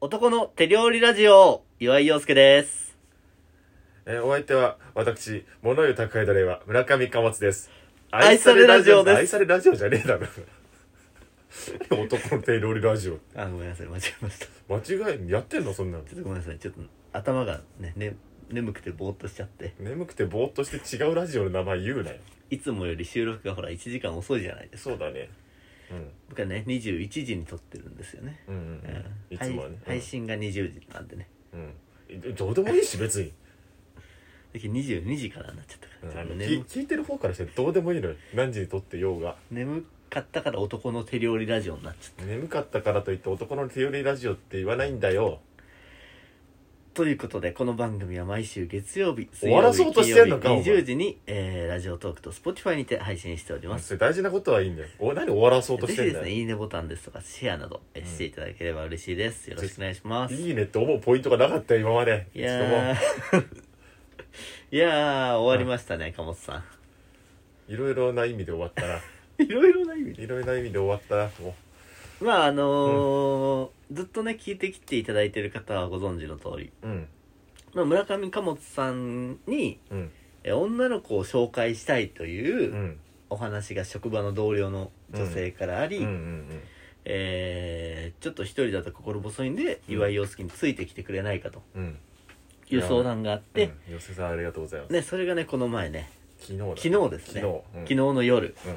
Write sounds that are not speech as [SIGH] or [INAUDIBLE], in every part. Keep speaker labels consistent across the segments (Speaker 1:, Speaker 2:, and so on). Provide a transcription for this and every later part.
Speaker 1: 男の手料理ラジオ、岩井陽介です。
Speaker 2: えーお相手は私物言う宅配ドレイは村上貨物です
Speaker 1: 愛されラジオです
Speaker 2: 愛されラジオじゃねえだろ [LAUGHS] 男の手料理ラジオ
Speaker 1: あ、ごめんなさい、間違えました。ち [LAUGHS]
Speaker 2: 間違いやってんのそんなの
Speaker 1: ょっとごめんなさい、ちょっと頭がね、ね眠くてぼーっとしちゃって。
Speaker 2: 眠くてぼーっとして違うラジオの名前言うなよ
Speaker 1: いつもより収録がほら1時間遅いじゃないですか。
Speaker 2: そうだね
Speaker 1: 僕はね、21時に撮ってるんですよね。
Speaker 2: うんうんうんうんいつもはね
Speaker 1: 配配信が20時なんでね。
Speaker 2: うん、うん、どうでもいいし別に、
Speaker 1: だけど22時からになっちゃったから、
Speaker 2: あ
Speaker 1: ちょ
Speaker 2: の
Speaker 1: っと
Speaker 2: き
Speaker 1: 眠
Speaker 2: 聞いてる方からしてどうでもいいのよ何時に撮ってようが
Speaker 1: 眠かったから男の手料理ラジオになっちゃった。
Speaker 2: 眠かったからといって男の手料理ラジオって言わないんだよ
Speaker 1: ということで、この番組は毎週月曜日、水
Speaker 2: 終
Speaker 1: 曜
Speaker 2: わら
Speaker 1: 日、
Speaker 2: そうとしてんのか
Speaker 1: 金曜日
Speaker 2: お前
Speaker 1: 20時に、えーラジオトークと Spotify にて配信しております。
Speaker 2: それ大事なことはいいんだよお何終わらそうと
Speaker 1: ぜ
Speaker 2: し
Speaker 1: ひ
Speaker 2: てん
Speaker 1: で
Speaker 2: だ
Speaker 1: す
Speaker 2: よ
Speaker 1: ね、いいねボタンですとか、シェアなどえしていただければ嬉しいです。よろしくお願いします。
Speaker 2: いいねって思うポイントがなかったよ今まで
Speaker 1: い
Speaker 2: 一度も
Speaker 1: やー、いやー、終わりましたね、貨物さ
Speaker 2: いろいろな意味で終わったな
Speaker 1: ん。いろいろな意味で。
Speaker 2: いろいろな意味で終わったなも
Speaker 1: まあ、あのーずっとね、聞いてきていただいている方はご存知の通り、
Speaker 2: ううん
Speaker 1: まあ、村上貨物さんに、
Speaker 2: うん
Speaker 1: え女の子を紹介したいといううんお話が職場の同僚の女性からあり、
Speaker 2: うんうん
Speaker 1: えーちょっと一人だと心細いんで、
Speaker 2: うん
Speaker 1: 岩井陽介についてきてくれないかと
Speaker 2: うんうん
Speaker 1: いう相談があって、
Speaker 2: うん、吉瀬さんありがとうございます、
Speaker 1: ね、それがねこの前ね
Speaker 2: 昨日だ
Speaker 1: 昨日ですね
Speaker 2: 昨日、うん
Speaker 1: 昨日の夜、
Speaker 2: うん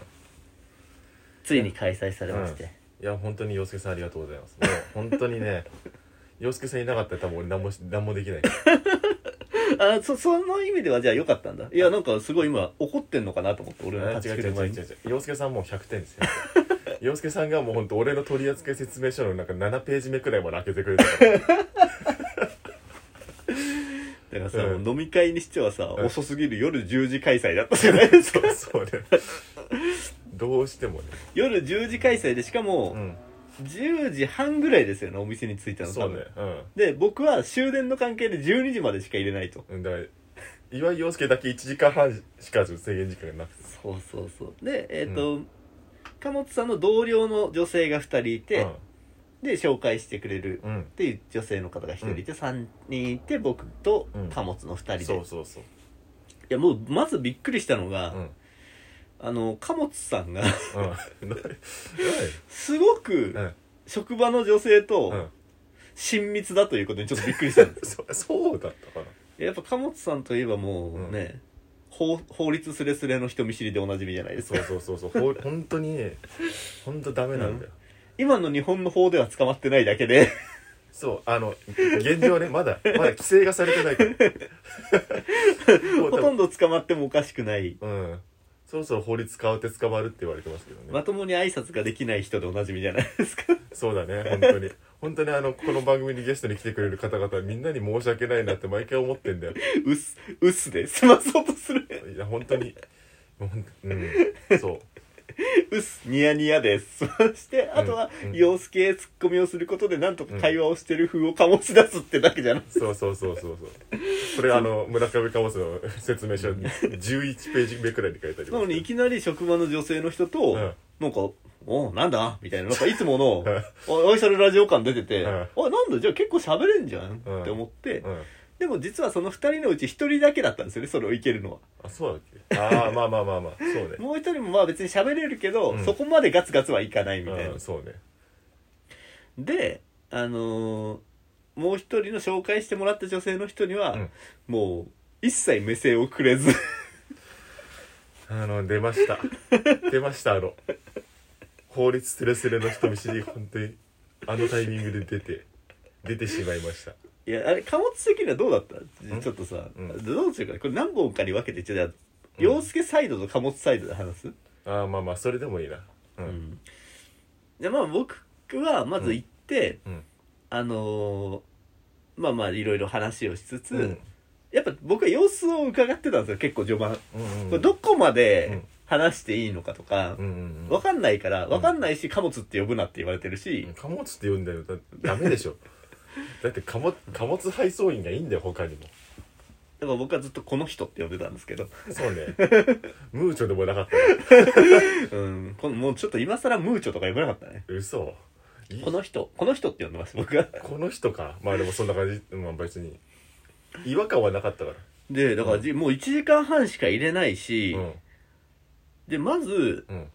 Speaker 1: ついに開催されまして、
Speaker 2: いや本当に洋介さんありがとうございますもう本当に
Speaker 1: [LAUGHS]
Speaker 2: ね洋介さんいなかったら多分俺何もし何もできない
Speaker 1: あそその意味ではじゃあ良かったんだいやなんかすごい今怒ってんのかなと思って俺の
Speaker 2: 違う
Speaker 1: 立ち
Speaker 2: 違う違う違う
Speaker 1: に
Speaker 2: 違う洋介さんもう100点ですよ [LAUGHS] 洋介さんがもう本当俺の取扱説明書のなんか7ページ目くらいまで開けてくれたから
Speaker 1: だからさ、
Speaker 2: うん
Speaker 1: もう飲み会にしてはさ、
Speaker 2: うん
Speaker 1: 遅すぎる夜10時開催だったじゃないですか
Speaker 2: そうねどうしてもね
Speaker 1: [LAUGHS] 夜10時開催でしか
Speaker 2: う
Speaker 1: も
Speaker 2: ん
Speaker 1: 10時半ぐらいですよねお店に着いたの
Speaker 2: そう
Speaker 1: 多
Speaker 2: ね
Speaker 1: 分
Speaker 2: うん
Speaker 1: で僕は終電の関係で12時までしか入れないと
Speaker 2: うんだから岩井陽介だけ1時間半しか制限時間がなくて
Speaker 1: そうそうそうでえっ、と、貨物さんの同僚の女性が2人いて、で紹介してくれる
Speaker 2: うん、うん
Speaker 1: っていう女性の方が1人いて、3人いて僕と貨物の2人で、
Speaker 2: そ
Speaker 1: いう
Speaker 2: そうそう、
Speaker 1: やもうまずびっくりしたのが、
Speaker 2: うん [LAUGHS]
Speaker 1: あの貨物さんが
Speaker 2: うん、な
Speaker 1: すごく
Speaker 2: うん
Speaker 1: 職場の女性
Speaker 2: う
Speaker 1: と
Speaker 2: ん、
Speaker 1: 親密だということにちょっとびっくりしたん
Speaker 2: [LAUGHS]
Speaker 1: です
Speaker 2: そそうだったかな
Speaker 1: やっぱ貨物さんといえばもうね、法法律すれすれの人見知りでおなじみじゃないです
Speaker 2: そう
Speaker 1: か
Speaker 2: そうそうそうほん本当に本当ダメなんだよ、
Speaker 1: 今の日本の法では捕まってないだけで
Speaker 2: そうあの現状ねまだまだ規制がされてないから
Speaker 1: [LAUGHS]
Speaker 2: も
Speaker 1: ほ
Speaker 2: う多
Speaker 1: と
Speaker 2: 分
Speaker 1: んど捕まってもおかしくない
Speaker 2: うんそろそろ法律変わって捕まるって言われてますけどね、
Speaker 1: まともに挨拶ができない人でおなじみじゃないですか [LAUGHS]
Speaker 2: そうだね本当に [LAUGHS] 本当にあのこの番組にゲストに来てくれる方々みんなに申し訳ないなって毎回思ってんだよ
Speaker 1: うっすうっす [LAUGHS] で済まそうとする
Speaker 2: いや本当にもうほんうんそう
Speaker 1: うっすニヤニヤです [LAUGHS] そしてあとは
Speaker 2: うん
Speaker 1: 洋介ツッコミをすることでなんとか会話をしてる風を醸し出すってだけじゃない、
Speaker 2: そうそうそうそうそうこれあの村上貨物の説明書に11ページ目くらいに書いてありま
Speaker 1: な
Speaker 2: す
Speaker 1: のにいきなり職場の女性の人と、
Speaker 2: うん
Speaker 1: なんか「おうなんだ?」みたいななんかいつもの
Speaker 2: うん
Speaker 1: 「お愛されラジオ感出てて「
Speaker 2: うん
Speaker 1: おいなんだじゃあ結構喋れんじゃん」
Speaker 2: うん
Speaker 1: って思って、
Speaker 2: うん
Speaker 1: でも実はその2人のうち1人だけだったんですよねそれをいけるのは
Speaker 2: あそうだっけああまあまあまあまあそうね
Speaker 1: もう1人もまあ別に喋れるけど、
Speaker 2: うん
Speaker 1: そこまでガツガツはいかないみたいな、
Speaker 2: うんそうね
Speaker 1: であのーもう一人の紹介してもらった女性の人には、
Speaker 2: うん
Speaker 1: もう一切目線をくれず
Speaker 2: あの出ました出ましたあの法律スレスレの人見知り本当にあのタイミングで出て出てしまいました
Speaker 1: いやあれ貨物的にはどうだったちょっとさ、
Speaker 2: うん
Speaker 1: どうするかこれ何本かに分けてちょっと
Speaker 2: うん
Speaker 1: 洋介サイドと貨物サイドで話す、
Speaker 2: ああまあまあそれでもいいなう
Speaker 1: うんでまあ僕はまず行って、
Speaker 2: うん
Speaker 1: あのーまあまあいろいろ話をしつつ、
Speaker 2: うん
Speaker 1: やっぱ僕は様子を伺ってたんですよ結構序盤、
Speaker 2: うん
Speaker 1: これどこまで話していいのかとか、
Speaker 2: うんうん
Speaker 1: わかんないから、わかんないし、貨物って呼ぶなって言われてるし、
Speaker 2: 貨物って言うんだよだダメで
Speaker 1: [LAUGHS]
Speaker 2: しょだって貨物貨物配送員がいいんだよ他にも
Speaker 1: だから僕はずっとこの人って呼んでたんですけど、
Speaker 2: そう
Speaker 1: [LAUGHS]
Speaker 2: ねムーチョでもなかっ
Speaker 1: うん、このもうちょっと今更ムーチョとか呼ばなかったね。
Speaker 2: た嘘い
Speaker 1: この人この人って呼んでます僕が
Speaker 2: この人かまあでもそんな感じまあ別に違和感はなかったから
Speaker 1: でだからじ、もう1時間半しか入れないし、
Speaker 2: うん
Speaker 1: でまず
Speaker 2: うん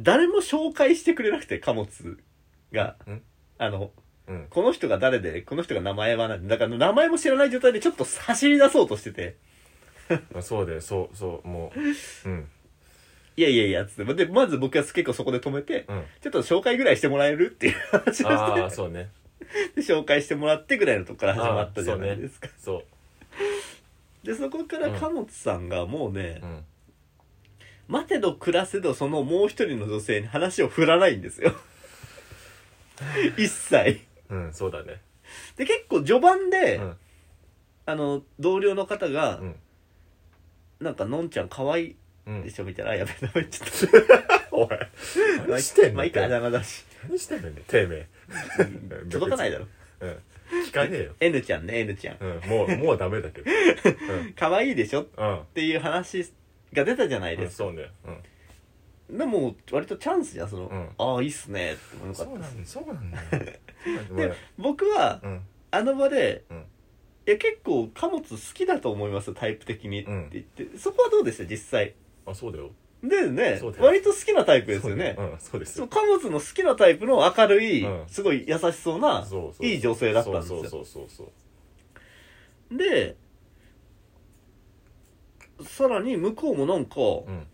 Speaker 1: 誰も紹介してくれなくて貨物が
Speaker 2: うん
Speaker 1: あの
Speaker 2: うん
Speaker 1: この人が誰でこの人が名前は何だから名前も知らない状態でちょっと走り出そうとしてて
Speaker 2: あそうだよそうそうもううん
Speaker 1: いやいやいやつってでまず僕は結構そこで止めて [LAUGHS]
Speaker 2: うん
Speaker 1: ちょっと紹介ぐらいしてもらえるっていう話を
Speaker 2: ああ
Speaker 1: し
Speaker 2: そうね
Speaker 1: てで紹介してもらってぐらいのとこから始まったじゃないですか
Speaker 2: そ
Speaker 1: でそこから
Speaker 2: うん
Speaker 1: 貨物さんがもうね
Speaker 2: う、うん、
Speaker 1: 待てど暮らせどそのもう一人の女性に話を振らないんです
Speaker 2: [LAUGHS]
Speaker 1: よ一切
Speaker 2: うん、そうだね
Speaker 1: で結構序盤で、
Speaker 2: うん
Speaker 1: あの同僚の方が、
Speaker 2: うん
Speaker 1: なんかのんちゃん可愛
Speaker 2: う
Speaker 1: いで [LAUGHS]
Speaker 2: ん
Speaker 1: しょみたいな、あやべえ名前言っちょっ
Speaker 2: おい
Speaker 1: と
Speaker 2: 何してん
Speaker 1: ま
Speaker 2: の
Speaker 1: あいいか
Speaker 2: て
Speaker 1: 邪魔だ
Speaker 2: [LAUGHS]
Speaker 1: し
Speaker 2: 何してんのねてめえ
Speaker 1: 届かないだろ
Speaker 2: うん聞かねえよ
Speaker 1: N ちゃんね N ちゃん
Speaker 2: うんもうもうダメだけど
Speaker 1: 可愛いでしょっ
Speaker 2: うんうん
Speaker 1: ていう話が出たじゃない
Speaker 2: うん
Speaker 1: ですか、
Speaker 2: そうねうん
Speaker 1: でも割とチャンスじゃんその、
Speaker 2: うん
Speaker 1: ああいいっすねって思うか
Speaker 2: そ
Speaker 1: っ
Speaker 2: う
Speaker 1: た
Speaker 2: なんだそうなんだよそうなんだ
Speaker 1: で
Speaker 2: よ
Speaker 1: 僕は
Speaker 2: まあうん
Speaker 1: あの場で、
Speaker 2: うん
Speaker 1: いや結構貨物好きだと思いますよタイプ的にって
Speaker 2: うん
Speaker 1: 言って、そこはどうでした実際
Speaker 2: あそうだよ
Speaker 1: でね
Speaker 2: そうだよ
Speaker 1: 割と好きなタイプですよね
Speaker 2: うんそうです
Speaker 1: そう
Speaker 2: よ
Speaker 1: 貨物の好きなタイプの明るい、
Speaker 2: うん
Speaker 1: すごい優しそうな
Speaker 2: そうそう
Speaker 1: いい女性だったんですよ
Speaker 2: そうそうそうそう
Speaker 1: でさらに向こうもなんか、
Speaker 2: うん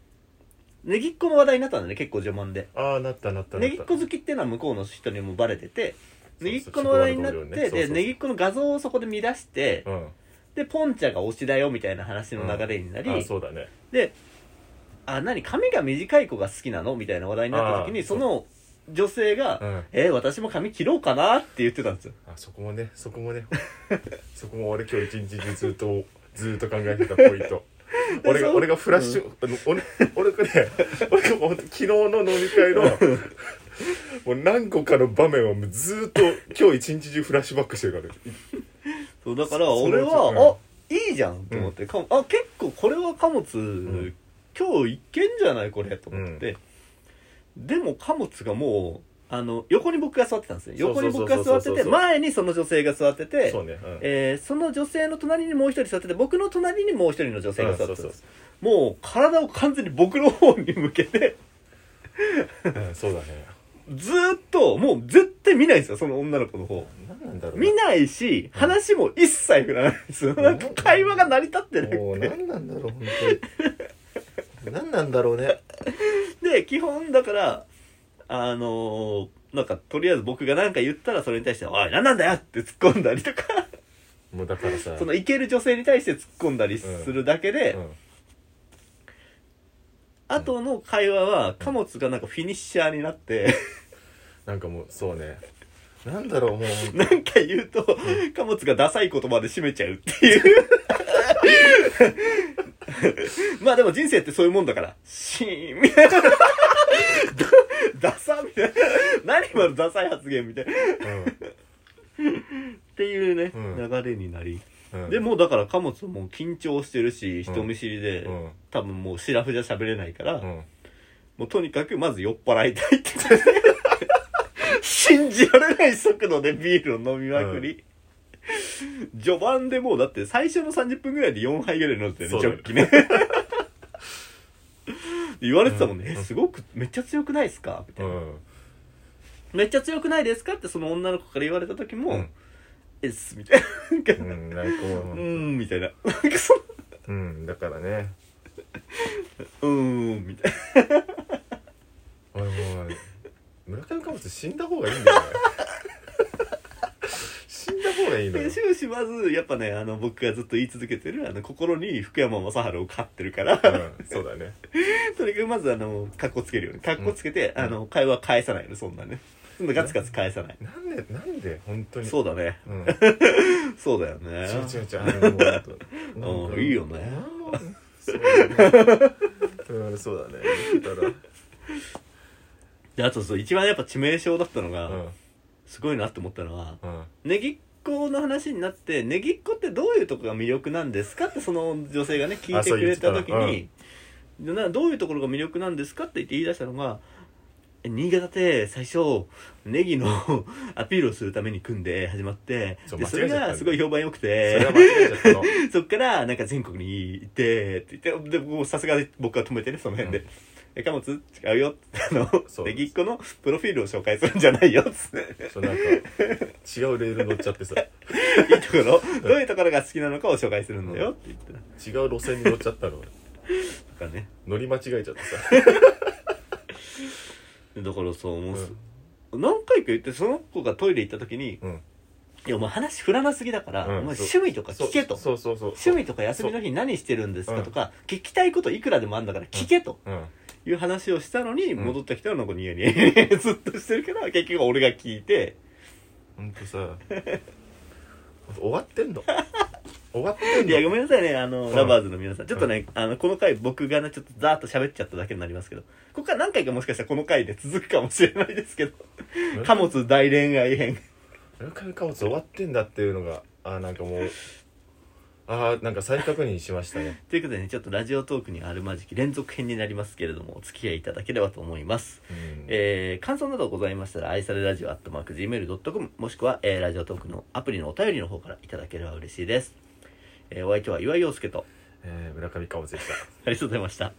Speaker 1: ネギっ子の話題になったんだね結構序盤で
Speaker 2: ああなったなったな
Speaker 1: ネ
Speaker 2: っ
Speaker 1: ギった子好きっていうのは向こうの人にもバレてて
Speaker 2: そう
Speaker 1: ネギっ子の話題になって、
Speaker 2: 職場の同僚ねそうそう
Speaker 1: で
Speaker 2: そう
Speaker 1: ネギっ子の画像をそこで見出して、
Speaker 2: うん
Speaker 1: でポンチャが推しだよみたいな話の流れになり、
Speaker 2: あそうだね
Speaker 1: で「あ何髪が短い子が好きなの?」みたいな話題になった時に
Speaker 2: あー
Speaker 1: その女性が「
Speaker 2: うん
Speaker 1: えー私も髪切ろうかな?」って言ってたんですよ
Speaker 2: あそこもねそこもね [LAUGHS] そこも俺今日一日中ずっとずっと考えてたポイン [LAUGHS] ト俺が
Speaker 1: そう
Speaker 2: 俺がフラッシュ、あの俺俺 [LAUGHS] がね俺が本当昨日の飲み会 [LAUGHS] のもう何個かの場面をもうずっと今日一日中フラッシュバックしてるから
Speaker 1: そうだから
Speaker 2: そそ
Speaker 1: 俺
Speaker 2: れは
Speaker 1: は「あいいじゃん」と思って、かもあ結構これは貨物、
Speaker 2: ん
Speaker 1: 今日いけんじゃないこれと思って、でも貨物がもうあの横に僕が座ってたんですよ横に僕が座って
Speaker 2: そうそうそうそう
Speaker 1: て
Speaker 2: そう
Speaker 1: 前にその女性が座ってて
Speaker 2: そうね、うん
Speaker 1: えーその女性の隣にもう一人座ってて僕の隣にもう一人の女性が座ってたんで
Speaker 2: うん
Speaker 1: すよ
Speaker 2: そう
Speaker 1: もう体を完全に僕の方に向けて、
Speaker 2: そううんそうだね
Speaker 1: ずーっと、もう絶対見ないんですよ、その女の子の方。
Speaker 2: 何なんだろうな
Speaker 1: 見ないし、話も一切振らないんですよ。なんか会話が成り立ってなく
Speaker 2: もう
Speaker 1: て。
Speaker 2: 何なんだろう本当に何なんだろうね
Speaker 1: で、基本だから、あのーなんかとりあえず僕が何か言ったらそれに対して「おい何なんだよ!」って突っ込んだりとか
Speaker 2: もうだからさ
Speaker 1: そのいける女性に対して突っ込んだりするだけで、
Speaker 2: うん
Speaker 1: 後の会話は貨物がなんかフィニッシャーになって
Speaker 2: なんかもうそうねなんだろうもう
Speaker 1: なんか言うと、貨物がダサい言葉で締めちゃうっていう。 [LAUGHS] まあでも人生ってそういうもんだから、シーンみ [LAUGHS] たいな。ダダサみたいな。何今のダサい発言みたいな。っ
Speaker 2: う
Speaker 1: ていうね、
Speaker 2: うん
Speaker 1: 流れになり。
Speaker 2: んうん
Speaker 1: でもうだから貨物も緊張してるし、人見知りで、
Speaker 2: うん
Speaker 1: 多分もうシラフじゃ喋れないから、
Speaker 2: うん
Speaker 1: もうとにかくまず酔っ払いたいって言って信じられない速度でビールを飲みまくり、序盤でもうだって最初の30分ぐらいで4杯ぐらい飲んでたよねジ
Speaker 2: そ
Speaker 1: ョ
Speaker 2: うだ
Speaker 1: ッ
Speaker 2: ね
Speaker 1: キね [LAUGHS] 言われてたもんね、えすごくめっちゃ強くないですかみた
Speaker 2: う
Speaker 1: いな、
Speaker 2: ん
Speaker 1: めっちゃ強くないですかってその女の子から言われた時も、
Speaker 2: うん
Speaker 1: えっすみたいな [LAUGHS] なんか
Speaker 2: うんなんかも
Speaker 1: うー
Speaker 2: う
Speaker 1: んみたいななんかその
Speaker 2: うんだからね
Speaker 1: うーんみたい
Speaker 2: 俺もう村上貨物死んだ方がいい
Speaker 1: [LAUGHS]
Speaker 2: んだよね死んだ方がいい
Speaker 1: [LAUGHS]
Speaker 2: の
Speaker 1: な
Speaker 2: よ
Speaker 1: で終始まずやっぱねあの僕がずっと言い続けてるあの心に福山雅治を飼ってるから、
Speaker 2: うんそうだね
Speaker 1: とにかくまずあのカッコつけるようにカッコつけて、
Speaker 2: うん
Speaker 1: あの会話返さないのそんなねそんなガツガツ返さない、
Speaker 2: なんでなんで本当に
Speaker 1: そうだね
Speaker 2: うん違
Speaker 1: そうだよね
Speaker 2: う違う違うあのもう本当なん
Speaker 1: う
Speaker 2: か
Speaker 1: んいいよね
Speaker 2: うんそうだねうんそうだね見てたら
Speaker 1: であとそう一番やっぱ致命傷だったのが、
Speaker 2: うん
Speaker 1: すごいなって思ったのは
Speaker 2: うん
Speaker 1: ネギっ子の話になってネギっ子ってどういうとこが魅力なんですかってその女性がね聞いてくれた時
Speaker 2: あそう言っ
Speaker 1: に、でなどういうところが魅力なんですかって言って言い出したのが新潟って最初ネギの [LAUGHS] アピールをするために組んで始まって
Speaker 2: そう
Speaker 1: で
Speaker 2: 間違
Speaker 1: それ
Speaker 2: えちゃった
Speaker 1: がすごい評判良く
Speaker 2: それは
Speaker 1: て
Speaker 2: 間違えちゃったの
Speaker 1: [LAUGHS] そっからなんか全国に行ってって言ってでもうさすがで僕は止めてねその辺で。
Speaker 2: うん
Speaker 1: え貨物違うよあの
Speaker 2: そう
Speaker 1: ネギっ子のプロフィールを紹介するんじゃないよっつって
Speaker 2: そうなんか違うレール乗っちゃってさ
Speaker 1: いいとこ
Speaker 2: [LAUGHS]
Speaker 1: ろどういうところが好きなのかを紹介するんだよって言ってただ
Speaker 2: 違う路線に乗っちゃったの
Speaker 1: からね
Speaker 2: 乗り間違えちゃってさ
Speaker 1: だからそう思う
Speaker 2: うん
Speaker 1: 何回か言ってその子がトイレ行った時に
Speaker 2: うん
Speaker 1: 「いやお前話振らなすぎだから、
Speaker 2: うん
Speaker 1: お前
Speaker 2: そう
Speaker 1: 趣味とか聞け」と
Speaker 2: そうそうそう
Speaker 1: 趣
Speaker 2: そう
Speaker 1: 味とか休みの日何してるんです
Speaker 2: う
Speaker 1: か
Speaker 2: ん
Speaker 1: とか、聞きたいこといくらでもあるんだから聞けと
Speaker 2: うん
Speaker 1: いう話をしたのに、
Speaker 2: うん
Speaker 1: 戻ってきたらなんかニヤニヤ [LAUGHS] ずっとしてるから、結局俺が聞いて、
Speaker 2: ほんとさ [LAUGHS] 終わってんの終わってん
Speaker 1: い
Speaker 2: の
Speaker 1: や、ごめんなさいね、あの、
Speaker 2: うん
Speaker 1: ラバーズの皆さん。ちょっとね、あの、この回僕がね、ちょっとザーッと喋っちゃっただけになりますけど、ここから何回かもしかしたらこの回で続くかもしれないですけど、
Speaker 2: うん
Speaker 1: 貨物大恋愛編。
Speaker 2: 村上貨物終わってんだっていうのがあーなんかもうあーなんか再確認しましたね
Speaker 1: ということでね、ちょっとラジオトークにあるまじき連続編になりますけれども、お付き合いいただければと思います。
Speaker 2: うん
Speaker 1: えー感想などございましたら、愛されラジオアットマーク Gmail.com、もしくは、えーラジオトークのアプリのお便りの方からいただければ嬉しいです。えーお相手は岩井陽介と、
Speaker 2: えー村上貨物でした
Speaker 1: ありがとうございました。